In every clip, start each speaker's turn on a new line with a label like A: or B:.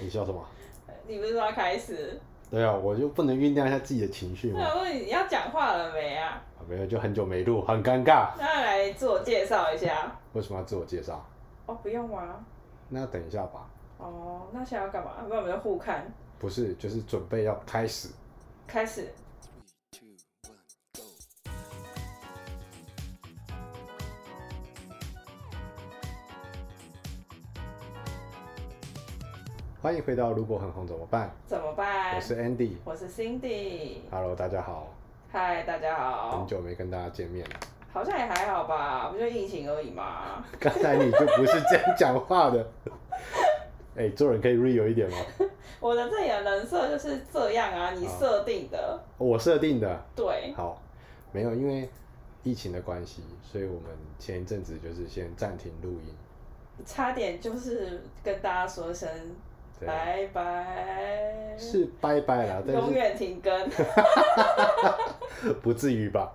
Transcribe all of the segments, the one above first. A: 你笑什么？
B: 你不是说要开始？
A: 对啊，我就不能酝酿一下自己的情绪吗？
B: 那我问你要讲话了没啊？
A: 啊没有，就很久没录，很尴尬。
B: 那来自我介绍一下。
A: 为什么要自我介绍？
B: 哦，不用吗？
A: 那等一下吧，
B: 哦，那想要干嘛？不然我们就互看。
A: 不是，就是准备要开始。
B: 开始。
A: 欢迎回到《如果很红怎么办
B: 怎么》，办
A: 我？是 Andy。
B: 我是 Cindy。
A: Hello，大家好，
B: 嗨，大家
A: 很
B: 好。
A: 久没跟大家见面了。
B: 好像也还好吧，不就疫情而已嘛。
A: 刚才你就不是这样讲话的。哎、做人可以 real 一点吗？
B: 我的自己的人设就是这样啊，你
A: 好
B: 设定的。
A: 我设定的。
B: 对，
A: 好，没有，因为疫情的关系，所以我们前一阵子就是先暂停录音。
B: 差点就是跟大家说声
A: 对，啊
B: 拜拜，
A: 是拜拜啦，但
B: 永
A: 是
B: 远停更。
A: 不至于吧？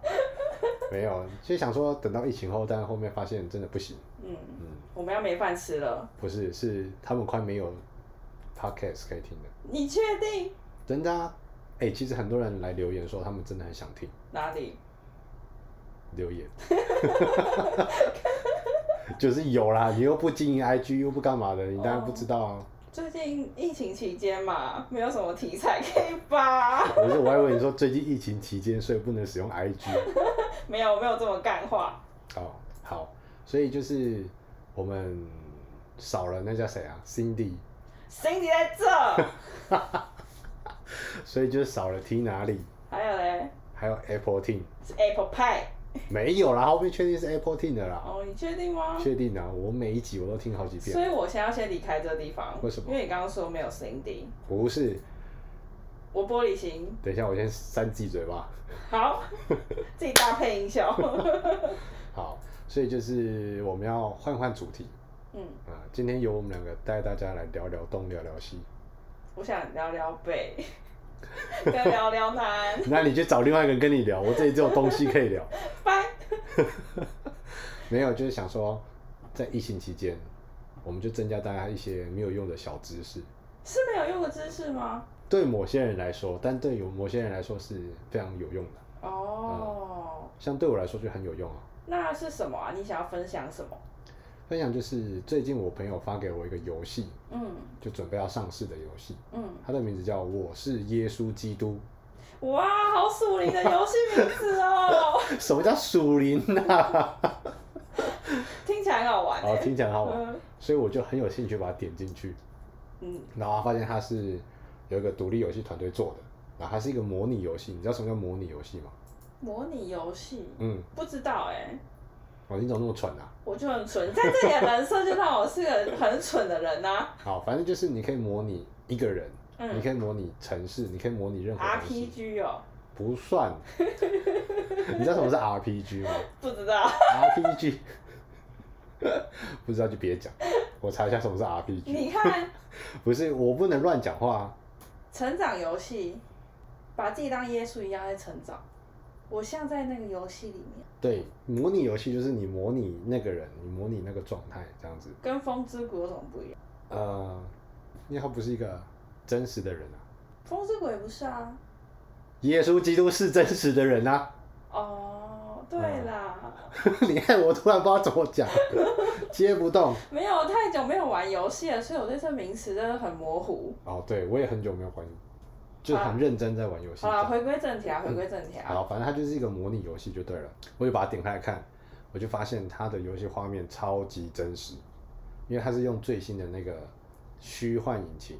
A: 没有，就想说等到疫情后，但后面发现真的不行。
B: 嗯，
A: 嗯，
B: 我们要没饭吃了。
A: 不是，是他们快没有 podcast 可以听了。
B: 你确定
A: 真的、啊，哎、其实很多人来留言说他们真的很想听
B: 哪里？
A: 留言， 就是有啦。你又不经营 IG，又不干嘛的，你当然不知道啊。
B: 最近疫情期间嘛，没有什么题材可以吧？
A: 可是我还以为你说最近疫情期间，所以不能使用 IG。
B: 没有，没有这么干话。
A: 哦，好，所以就是我们少了那叫谁啊，Cindy，
B: Cindy 在 这，
A: 所以就是少了 T 哪里，
B: 还有嘞
A: 还有 Apple Team，
B: 是，Apple Pie。
A: 没有啦，后面确定是 Apple Team 的啦，
B: 哦，你确定吗？
A: 确定啊，我每一集我都听好几
B: 所
A: 遍，
B: 以我现在要先离开这个地方。
A: 为什么
B: 因为你刚刚说没有 Cindy，
A: 不是，
B: 我玻璃心。
A: 等一下我先扇自己嘴巴，
B: 好，自己搭配音效。
A: 好，所以就是我们要换换主题
B: 嗯，
A: 啊、今天由我们两个带大家来聊聊东，聊聊西，
B: 我想聊聊 北，跟聊聊南。
A: 那你去找另外一个人跟你聊，我这里只有东西可以聊，
B: 拜。
A: 没有，就是想说，在疫情期间，我们就增加大家一些没有用的小知识。
B: 是没有用的知识吗？
A: 对某些人来说，但对有某些人来说是非常有用的。
B: 哦。
A: 像对我来说就很有用啊。
B: 那是什么啊？你想要分享什么？
A: 分享就是最近我朋友发给我一个游戏，
B: 嗯
A: 就准备要上市的游戏，
B: 嗯，
A: 它的名字叫《我是耶稣基督
B: 哇，好属灵的游戏名字 哦，》。
A: 什么叫属灵 啊？
B: 听起来很好玩
A: 哦，
B: 欸。
A: 听起来很好玩，
B: 嗯
A: 所以我就很有兴趣把它点进去。
B: 嗯，
A: 然后发现它是有一个独立游戏团队做的，然后它是一个模拟游戏。你知道什么叫模拟游戏吗？
B: 模拟游戏
A: 嗯，
B: 不知道哎，
A: 哦，你怎么那么蠢啊？
B: 我就很蠢，在这里的人设就让我是个很蠢的人呐。
A: 好，反正就是你可以模拟一个人，你
B: 嗯
A: 可以模拟城市，你可以模拟任何东西，
B: ，RPG 哦，
A: 不算。 你知道什么是 RPG 吗
B: 不知道，
A: ？RPG，不知道就别讲。我查一下什么是 RPG，
B: 你看
A: 不是我不能乱讲话啊。
B: 成长游戏，把自己当耶稣一样在成长。我像在那个游戏里面，
A: 对，模拟游戏就是你模拟那个人，你模拟那个状态这样子。
B: 跟风之谷有什么不一样？
A: 呃，因为他不是一个真实的人啊。
B: 风之谷也不是啊。
A: 耶稣基督是真实的人啊！
B: 哦，对
A: 嗯
B: 啦。
A: 你看我突然不知道怎么讲， 接不动。
B: 没有，太久没有玩游戏了，所以我对这名词真的很模糊。
A: 哦，对，我也很久没有玩，就是很认真在玩游戏。
B: 好啦，回归正题啊，回归正题啊。
A: 嗯好，反正它就是一个模拟游戏就对了。我就把它点开来看，我就发现它的游戏画面超级真实，因为它是用最新的那个虚幻引擎，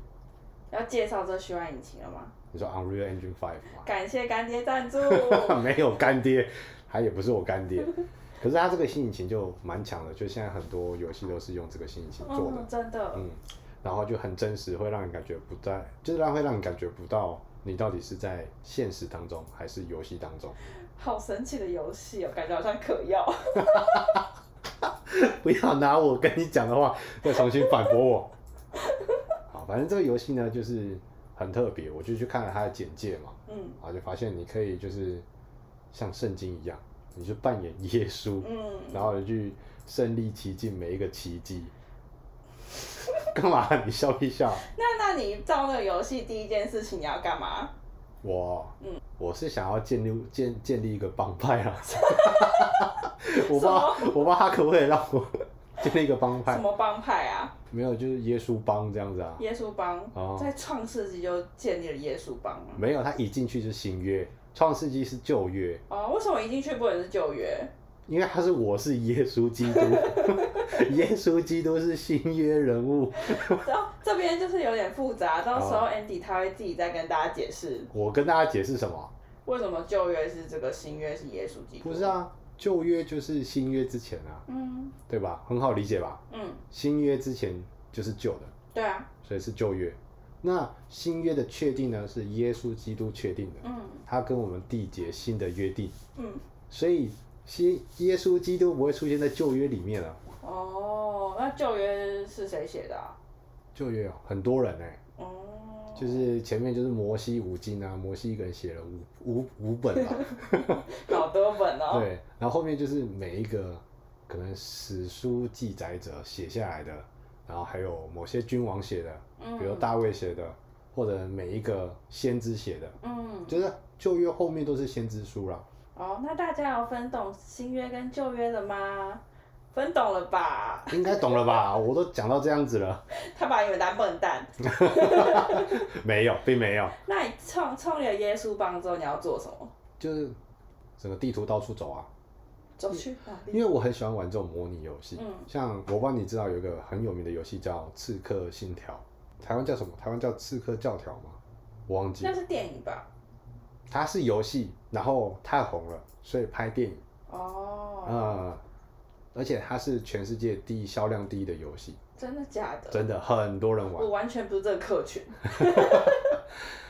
B: 要介绍这虚幻引擎了吗？
A: 你说 Unreal Engine Five 吗？
B: 感谢干爹 赞助。
A: 没有干爹，他也不是我干爹。可是他这个新引擎就蛮强的，就现在很多游戏都是用这个新引擎做的
B: 嗯，，真的。
A: 嗯，然后就很真实，会让你感觉不在，就是让会让你感觉不到你到底是在现实当中还是游戏当中。
B: 好神奇的游戏哦，感觉好像嗑药。
A: 不要拿我跟你讲的话再重新反驳我。 好，反正这个游戏呢就是很特别，我就去看了它的简介嘛，
B: 嗯
A: 啊，就发现你可以就是像圣经一样，你就扮演耶稣。
B: 嗯，
A: 然后你去身历其境每一个奇迹， 干嘛？你笑一笑。
B: 那那你到那个游戏第一件事情你要干嘛？
A: 我，
B: 嗯
A: 我是想要建立建建立一个帮派 啊。我不知道，我不知道他可不可以让我 建立一个帮
B: 什
A: 派？
B: 么帮派啊？
A: 没有，就是耶稣帮这样子啊。
B: 耶稣帮、
A: 哦
B: 在创世纪就建立了耶稣帮吗？
A: 没有，他一进去就是新约，创世纪是旧约，
B: 哦，为什么一进去不能是 旧约？
A: 因为他是我是耶稣基督，耶稣基督是新约人物。
B: 然后这边就是有点复杂，到时候
A: 哦
B: Andy 他会自己再跟大家解释
A: 我跟大家解释什么？
B: 为什么旧约是这个，新约是耶稣基督。
A: 不是，啊，旧约就是新约之前啊，
B: 嗯
A: 对吧？很好理解吧？
B: 嗯，
A: 新约之前就是旧的，
B: 对啊，
A: 所以是旧约。那新约的确定呢，是耶稣基督确定的，
B: 嗯
A: 他跟我们缔结新的约定，
B: 嗯，
A: 所以新耶稣基督不会出现在旧约里面了、啊
B: 哦，那旧约是谁写的啊？
A: 旧约、哦、很多人哎、
B: 哦，
A: 就是前面就是摩西五经啊，摩西一个人写了五五五本吧，
B: 好多本哦。
A: 对，然后后面就是每一个可能史书记载者写下来的，然后还有某些君王写的，
B: 嗯，
A: 比如大卫写的，或者每一个先知写的，
B: 嗯，
A: 就是旧约后面都是先知书啦。
B: 哦，那大家有分懂新约跟旧约了吗？分懂了吧？
A: 应该懂了吧？ 我都讲到这样子了，
B: 他把你们当笨蛋。
A: 没有，并没有，
B: 那你创创立了耶稣帮之后，你要做什么？
A: 就是整个地图到处走啊，
B: 走去哪
A: 因
B: 里？
A: 为我很喜欢玩这种模拟游戏。
B: 嗯
A: 像我不知道你知道有一个很有名的游戏叫《刺客信条》，台湾叫什么？台湾叫《刺客教条》吗？我忘记
B: 那
A: 了。
B: 是电影吧？
A: 它是游戏，然后太红了，所以拍电影。
B: 哦，
A: 呃，而且它是全世界第一销量第一的游戏，
B: 真的假的？
A: 真的很多人玩
B: 我。完全不是这个客群。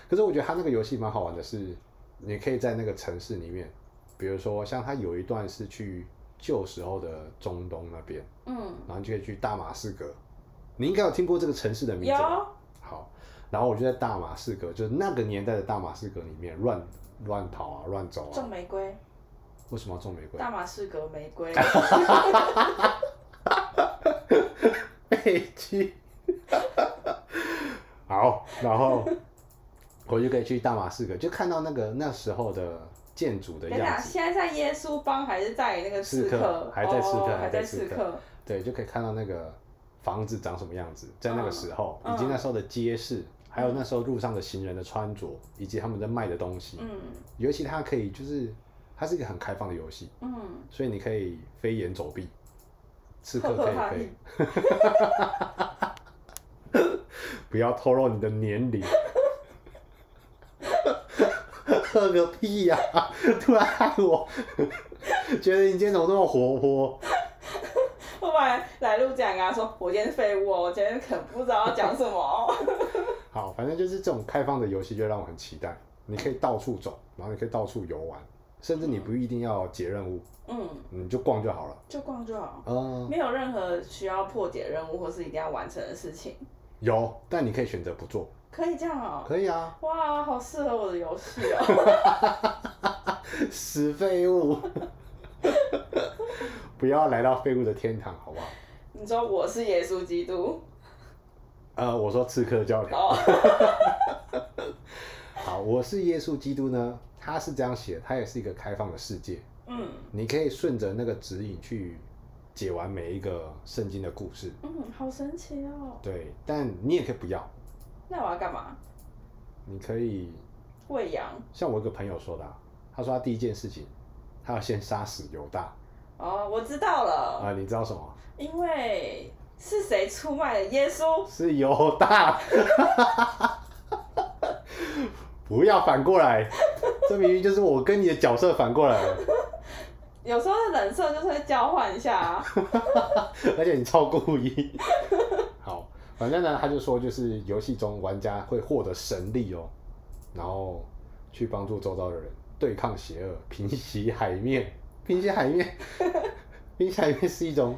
A: 可是我觉得它那个游戏蛮好玩的是，你可以在那个城市里面，比如说像它有一段是去旧时候的中东那边，
B: 嗯，
A: 然后你就可以去大马士革。你应该有听过这个城市的名字
B: 有
A: 吧？好，然后我就在大马士革，就是那个年代的大马士革里面乱乱跑啊，乱走啊
B: 种。玫瑰，
A: 为什么要种玫瑰？
B: 大马士革玫 瑰。
A: 北极。 好，然后我就可以去大马士革，就看到那个那时候的建筑的
B: 等等
A: 样，子，
B: 现在在耶稣帮还是在那个刺
A: 刺客还在刺客
B: 哦
A: 还
B: 还
A: 在刺
B: 刺客。
A: 对，就可以看到那个房子长什么样子，在那个时候，
B: 嗯
A: 以及那时候的街市，还有那时候路上的行人的穿着，以及他们在卖的东西。
B: 嗯
A: 尤其它可以就是，它是一个很开放的游戏，
B: 嗯，
A: 所以你可以飞檐走壁，刺客可
B: 呵
A: 以
B: 呵哈
A: 可以
B: 利，
A: 不要透露你的年龄。喝个屁呀、突然害我，觉得你今天怎么那么活泼？
B: 我本来来录这样跟他说，我今天是废物哦，我今天可能不知道要讲什么哦。
A: 好，反正就是这种开放的游戏就让我很期待。你可以到处走，然后你可以到处游玩，甚至你不一定要解任务，
B: 嗯，
A: 你就逛就好了。
B: 就逛就好，
A: 嗯，
B: 没有任何需要破解任务或是一定要完成的事情，
A: 有，但你可以选择不做。
B: 可以这样哦。
A: 可以啊，
B: 哇，好适合我的游戏哦。
A: 死废物， 不要来到废物的天堂，好不好？
B: 你说我是耶稣基督
A: 呃，我说刺客教条。
B: 哦，
A: 好，我是耶稣基督呢，他是这样写，他也是一个开放的世界，
B: 嗯
A: 你可以顺着那个指引去解完每一个圣经的故事。
B: 嗯，好神奇哦。
A: 对，但你也可以不要，
B: 那我要干嘛？
A: 你可以
B: 喂羊。
A: 像我一个朋友说的啊、他说他第一件事情，他要先杀死犹大
B: 哦，我知道
A: 啊、
B: 了，
A: 你知道什么？
B: 因为是谁出卖了耶稣？
A: 是犹大，不要反过来，这明明就是我跟你的角色反过来了，
B: 有时候的人设就是会交换一下、啊。
A: 而且你超故意。好，反正呢，他就说就是游戏中玩家会获得神力哦，然后去帮助周遭的人对抗邪恶，平息海面，平息海面，平息海面是一种，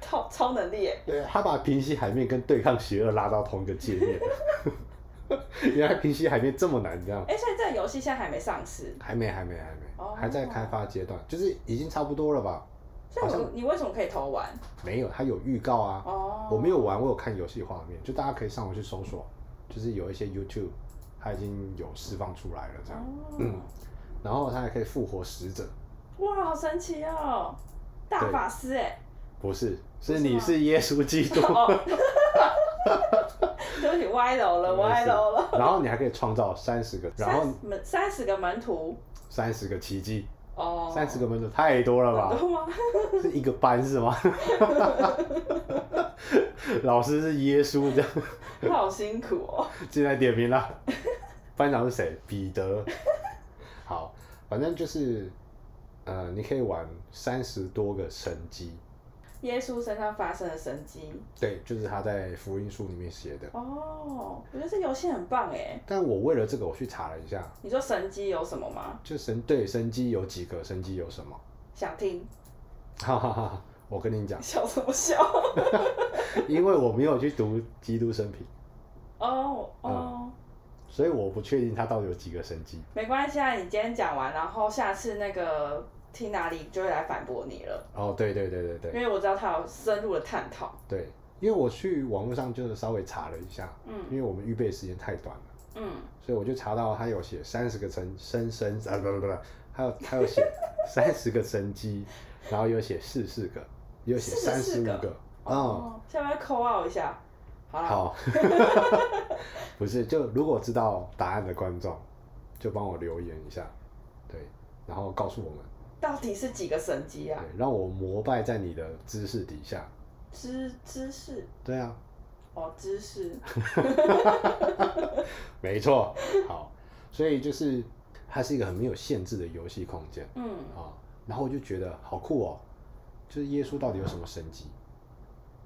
B: 超超能力耶，
A: 对他把平息海面跟对抗邪恶拉到同一个界面。原来平息海面这么难，这样。
B: 哎、所以这个游戏现在还没上市，
A: 还没，还没，还没，
B: 哦
A: 还在开发阶段，就是已经差不多了吧？
B: 所以我你为什么可以偷玩？
A: 没有，它有预告啊。
B: 哦，
A: 我没有玩，我有看游戏画面，就大家可以上网去搜索，就是有一些 YouTube 它已经有嗯释放出来了这样，
B: 哦，
A: 然后它还可以复活死者，
B: 哇，好神奇哦！大
A: 对
B: 法师哎，
A: 不是，
B: 不
A: 是
B: 是吗
A: 你是耶稣基督，
B: 哦，对不起，歪楼了，歪楼了。
A: 然后你还可以创造三十个，然后
B: 三门三十个门徒
A: 三十个奇迹，
B: 哦，
A: 三十个门徒太多了吧？
B: 很多吗？
A: 是一个班是吗？ 老师是耶稣这样，
B: 他好辛苦哦。
A: 进来点名啦。 班长是谁？彼得。 好，反正就是，呃，你可以玩三十多个神机，
B: 耶稣身上发生的神迹
A: 对，就是他在福音书里面写的。
B: 哦，我觉得这游戏很棒哎。
A: 但我为了这个，我去查了一下，
B: 你说神迹有什么吗？
A: 就神对神机有几个，神机有什么？
B: 想听？
A: 哈哈哈哈！我跟你讲，
B: 笑什么笑？
A: 因为我没有去读基督生平，
B: 哦哦，
A: 嗯所以我不确定他到底有几个神机。
B: 没关系啊，你今天讲完，然后下次那个听哪里就会来反驳你了，
A: 哦，对对对对对
B: 因为我知道他有深入的探讨。
A: 对，因为我去网络上就是稍微查了一下，
B: 嗯
A: 因为我们预备时间太短了。
B: 嗯，
A: 所以我就查到他有写三十个神生生啊不不不，还有还有写三十个神机，然后有写四四个，也有写三十
B: 44
A: 五
B: 个
A: 个，嗯，
B: 哦，下面扣 out 一下。好啦，
A: 好， 不是就如果知道答案的观众，就帮我留言一下，对，然后告诉我们，
B: 到底是几个神迹
A: 对
B: 啊？，
A: 让我膜拜在你的知识底下，
B: 知知识
A: 对啊，
B: 哦，知识，
A: 没错，好，所以就是它是一个很没有限制的游戏空间。
B: 嗯，
A: 啊、然后我就觉得好酷哦，就是耶稣到底有什么神迹？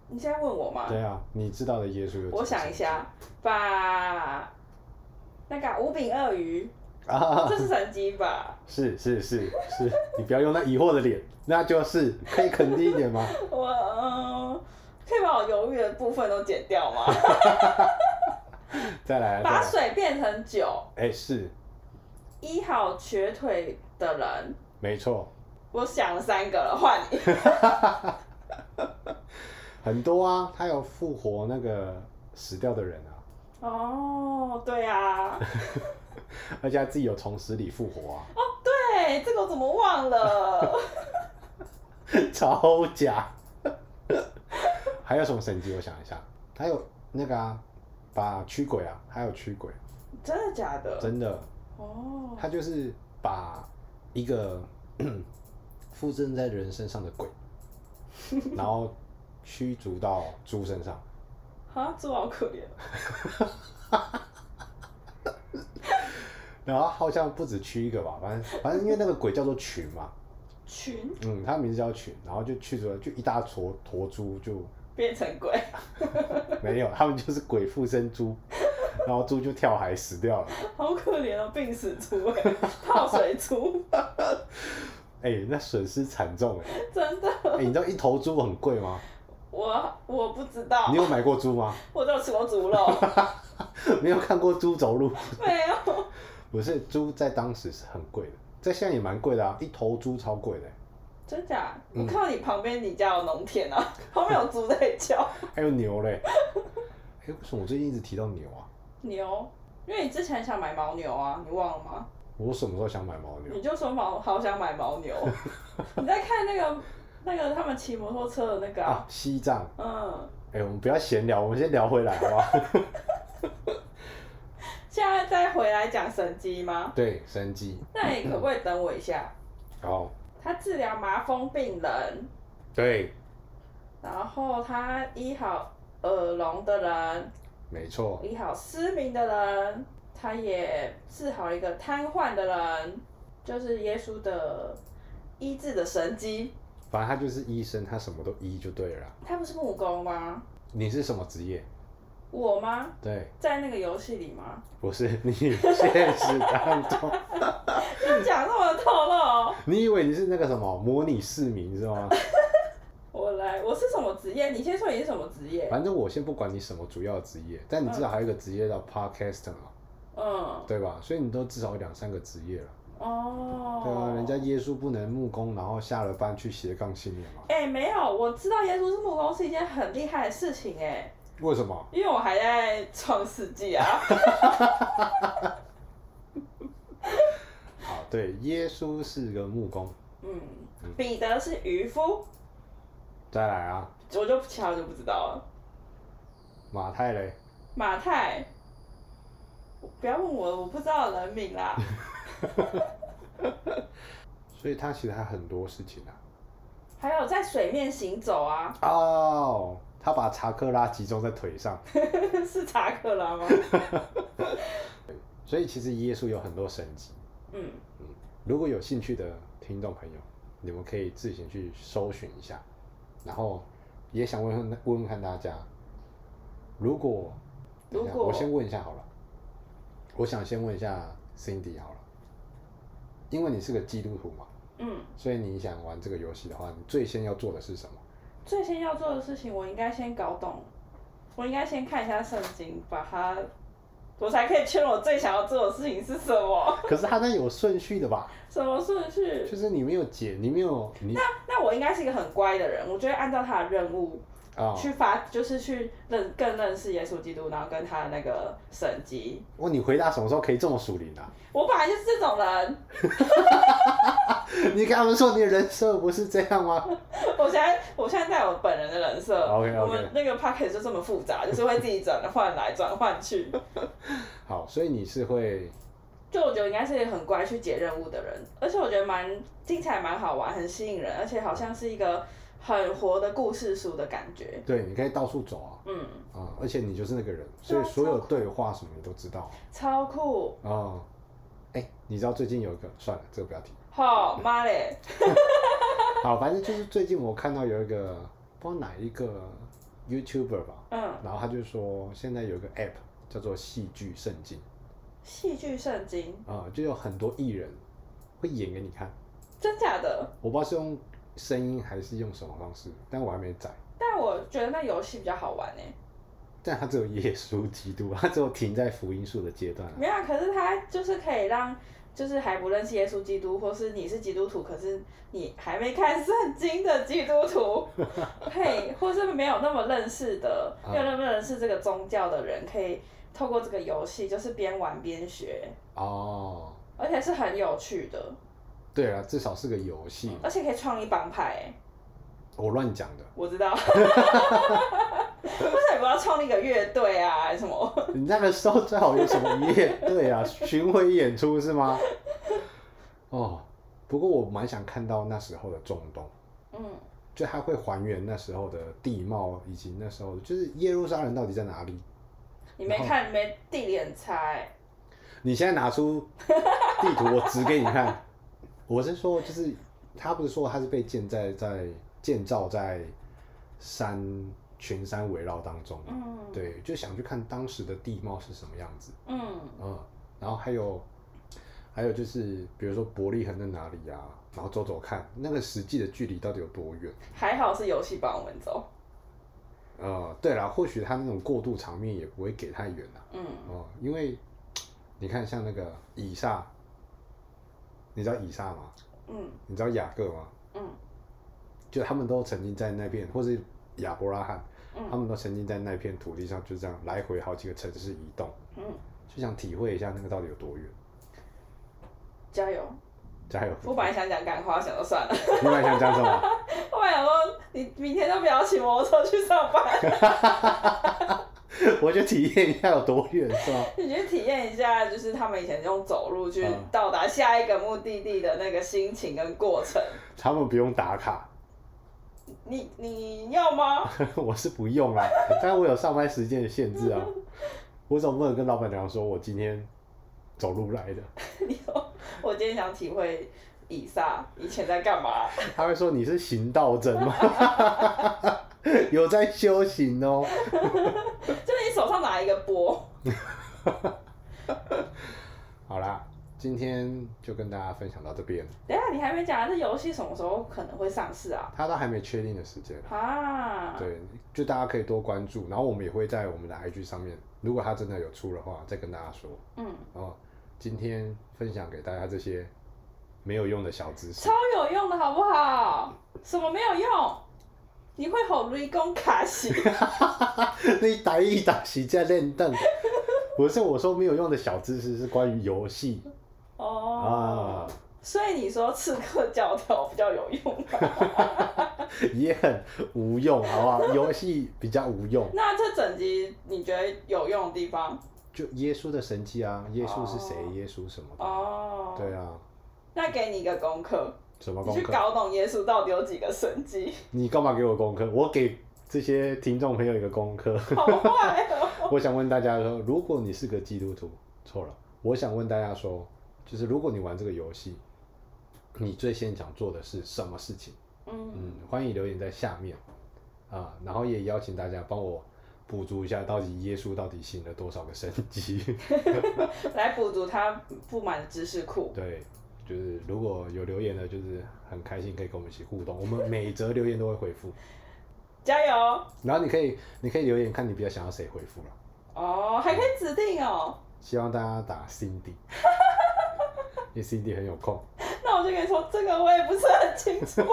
B: 你现在问我吗？
A: 对啊，你知道的耶稣有？
B: 我想一，下，把那个五饼鳄鱼，
A: 啊，
B: 这是神迹吧？
A: 是是是是，你不要用那疑惑的脸，那就是可以肯定一点吗？
B: 我嗯、可以把我犹豫的部分都剪掉 吗？
A: 再来，再
B: 把
A: 来，
B: 水变成酒，
A: 哎，是，
B: 医好瘸腿的人，
A: 没错，
B: 我想了三个了，换 你。
A: 很多啊，他有复活那个死掉的人啊，
B: 哦，对啊，
A: 而且他自己有从死里复活啊，
B: 对，这个我怎么忘了？
A: 超假。还有什么神迹？我想一下，还有那个啊，把驱鬼啊，还有驱鬼，
B: 真的假的？
A: 真的。
B: 哦，
A: 他就是把一个 附身在人身上的鬼，然后驱逐到猪身上。
B: 啊，猪好可怜。
A: 然后好像不止驱一个吧，反正反正因为那个鬼叫做群嘛，
B: 群
A: 嗯，他名字叫群，然后就驱逐了，就一大坨坨猪就
B: 变成鬼，
A: 没有， 他们就是鬼附身猪，然后猪就跳海死掉了。
B: 好可怜哦，病死猪 哎，泡水猪，
A: 哎、那损失惨重哎、
B: 真的，
A: 哎、你知道一头猪很贵吗？
B: 我我不知道
A: 你，有买过猪吗？
B: 我都有吃过猪肉，
A: 没有看过猪走路？
B: 没有，
A: 不是猪在当时是很贵的，在现在也蛮贵的啊，一头猪超贵的欸、
B: 真假？
A: 嗯
B: 我看到你旁边你家有农田啊，后面有猪在叫
A: 还有牛嘞。 哎、为什么我最近一直提到牛啊？
B: 牛，因为你之前想买牦牛啊，你忘了吗？
A: 我什么时候想买牦牛？
B: 你就说毛好想买牦牛，你在看那个那个他们骑摩托车的那个
A: 啊
B: 啊，，
A: 西藏。
B: 嗯，
A: 哎、我们不要闲聊，我们先聊回来好不好？
B: 现在再回来讲神机吗？
A: 对，生机。
B: 那你可不可以等我一下？
A: 哦，
B: 他治疗麻风病人，
A: 对，
B: 然后他医好耳聋的人，
A: 没错，
B: 医好失明的人，他也治好一个瘫痪的人，就是耶稣的医治的神机。
A: 反正他就是医生，他什么都医就对了啦。
B: 他不是木工吗？
A: 你是什么职业？
B: 我吗？
A: 对，
B: 在那个游戏里 吗？
A: 不是你现实当中，
B: 他讲那么透露。
A: 你以为你是那个什么模拟市民是吗？
B: 我来，我是什么职业？你先说你是什么职业？
A: 反正我先不管你什么主要职业，但你至少还有一个职业叫 podcaster 嘛。
B: 嗯，
A: 对吧？所以你都至少有两三个职业了。
B: 哦，
A: 对啊，人家耶稣不能木工，然后下了班去斜杠青年嘛？
B: 哎、没有，我知道耶稣是木工是一件很厉害的事情哎，
A: 为什么？
B: 因为我还在创世纪 啊。
A: 好，啊对，耶稣是个木工。
B: 嗯，彼得是渔夫，
A: 再来啊，
B: 我就其他我就不知道了。
A: 马太嘞，
B: 马太，不要问我，我不知道人名啦。
A: 所以他其实还很多事情啊。
B: 还有在水面行走啊，
A: 哦，他把查克拉集中在腿上，
B: 是查克拉吗？
A: 所以其实耶稣有很多神迹。
B: 嗯，
A: 如果有兴趣的听众朋友，你们可以自行去搜寻一下，然后也想问问问问看大家，如果
B: 如
A: 等一下
B: 果
A: 我先问一下好了，我想先问一下 Cindy 好了，因为你是个基督徒嘛，
B: 嗯，
A: 所以你想玩这个游戏的话，你最先要做的是什 么？
B: 最先要做的事情，我应该先搞懂，我应该先看一下圣经，把它，我才可以确认我最想要做的事情是 什么，
A: 可是它那有顺序的吧？
B: 什么顺序。
A: 就是你没有解，你没有你
B: 那我应该是一个很乖的人，我就会按照他的任务
A: 啊，
B: 去发，就是去认更认识耶稣基督，然后跟他的那个神迹。
A: 哦，你回答什么时候可以这么属灵啊？
B: 我本来就是这种人，
A: 你跟他们说你的人设不是这样吗？
B: 我现在我现在在我本人的人设
A: OK，OK
B: 我们那个 p a c k e t 就这么复杂，就是会自己转换来转换去。
A: 好，所以你是会
B: 就我觉得应该是很乖去解任务的人，而且我觉得蛮听起来蛮好玩，很吸引人，而且好像是一个很活的故事书的感觉。
A: 对，你可以到处走啊，
B: 嗯，
A: 啊、而且你就是那个人，所以
B: 对啊
A: 所有对话什么你都知道
B: 超酷，
A: 啊。啊哎、你知道最近有一个，算了，这个不要提。
B: 好妈嘞！
A: 好，反正就是最近我看到有一个不知道哪一个 YouTuber 吧，
B: 嗯，
A: 然后他就说现在有一个 App 叫做戏剧圣经
B: 戏剧圣经，
A: 啊、就有很多艺人会演给你看，
B: 真假的？
A: 我不知道是用声音还是用什么方式，但我还没载。
B: 但我觉得那游戏比较好玩呢、欸
A: 但他只有耶稣基督，他只有停在福音树的阶段、啊。
B: 没有啊，可是它就是可以让，就是还不认识耶稣基督，或是你是基督徒，可是你还没看圣经的基督徒，可以，或是没有那么认识的，
A: 啊
B: 没有那么认识这个宗教的人，可以透过这个游戏，就是边玩边学，
A: 哦，
B: 而且是很有趣的，
A: 对啊，至少是个游戏，
B: 而且可以创立帮派、欸。
A: 我乱讲的。
B: 我知道，为什么不要创立一个乐队啊？什么？
A: 你那个时候最好有什么 乐队啊？巡回演出是吗？哦，不过我蛮想看到那时候的中东，
B: 嗯，
A: 就他会还原那时候的地貌，以及那时候就是耶路撒冷到底在哪里。
B: 你没看，没地理很差、欸。
A: 你现在拿出地图，我指给你看。 我是说，就是他不是说他是被建在在建造在山群山围绕当中嘛？
B: 嗯，，
A: 对，就想去看当时的地貌是什么样子。
B: 嗯。
A: 嗯，然后还有还有就是，比如说伯利恒在哪里啊？然后走走看，那个实际的距离到底有多远？
B: 还好是游戏帮我们走。
A: 呃，对啦，或许他那种过渡场面也不会给太远啦。
B: 嗯，
A: 哦、因为你看，像那个以撒，你知道以撒吗？
B: 嗯
A: 你知道雅各吗？
B: 嗯
A: 就他们都曾经在那片，或是亚伯拉罕，他
B: 嗯
A: 们都曾经在那片土地上就这样来回好几个城市移动，
B: 嗯，
A: 就想体会一下那个到底有多远。
B: 加油！
A: 加油！
B: 我本来想讲干话，想说算了。
A: 你本来想讲什么？
B: 我本来想说，你明天都不要骑摩托车去上班，
A: 我就体验一下有多远，是吧？
B: 你去体验一下，就是他们以前用走路去
A: 嗯
B: 到达下一个目的地的那个心情跟过程。
A: 他们不用打卡，
B: 你你要吗？
A: 我是不用啦，但我有上班时间的限制啊。我总不能跟老板娘说我今天走路来的，
B: 你说我今天想体会以撒以前在干嘛？
A: 他会说你是行道真吗？ 有在修行哦。
B: 就是你手上拿一个钵，
A: 好啦，今天就跟大家分享到这边，
B: 等一下你还没讲完，这游戏什么时候可能会上市啊？
A: 他都还没确定的时间。
B: 啊，
A: 对，就大家可以多关注，然后我们也会在我们的 IG 上面，如果他真的有出的话，再跟大家说。
B: 嗯，
A: 哦，今天分享给大家这些没有用的小知识
B: 超。有用的好不好？什么没有用？你会吼雷公卡 西，
A: 你打一打洗在练凳， 不是我说没有用的小知识是关于游戏啊，，
B: 哦所以你说刺客教条比较有用吧，
A: 也很无用，好不 好？游戏比较无用，
B: 那这整集你觉得有用的地方？
A: 就耶稣的神迹啊，耶稣是谁？耶稣什么的？
B: 哦，
A: 对啊，
B: 那给你一个功课，
A: 什么
B: 你
A: 功
B: 去
A: 课？
B: 搞懂耶稣到底有几个神 迹，
A: 你干嘛给我功课？我给这些听众朋友一个功课。
B: 好坏哦。
A: 我想问大家说，如果你是个基督徒，错了，我想问大家说，就是如果你玩这个游戏，你最先想做的是什么事情？
B: 嗯，
A: 嗯，欢迎留言在下面啊，然后也邀请大家帮我补足一下，到底耶稣到底行了多少个神迹？ 嗯
B: 来补足他不满的知识库。
A: 对，就是如果有留言的，就是很开心可以跟我们一起互动，我们每则留言都会回复，
B: 加油！
A: 然后你可以你可以留言看你比较想要谁回复了，
B: 哦，还可以指定哦。
A: 希望大家打 Cindy，因为 Cindy 很有空。
B: 那我就跟你说，这个我也不是很清楚。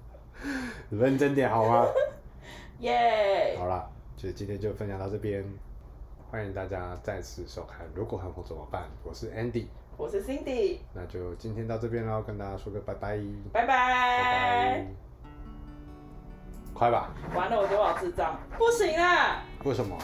A: 认真点好吗？
B: 耶、
A: 好啦，就今天就分享到这边，欢迎大家再次收看。如果韩红怎么办？我是 Andy，
B: 我是 Cindy，
A: 那就今天到这边喽，跟大家说个拜拜，
B: 拜拜。
A: 快吧？
B: 完了，我觉得我好智障，不行啦。
A: 为什么？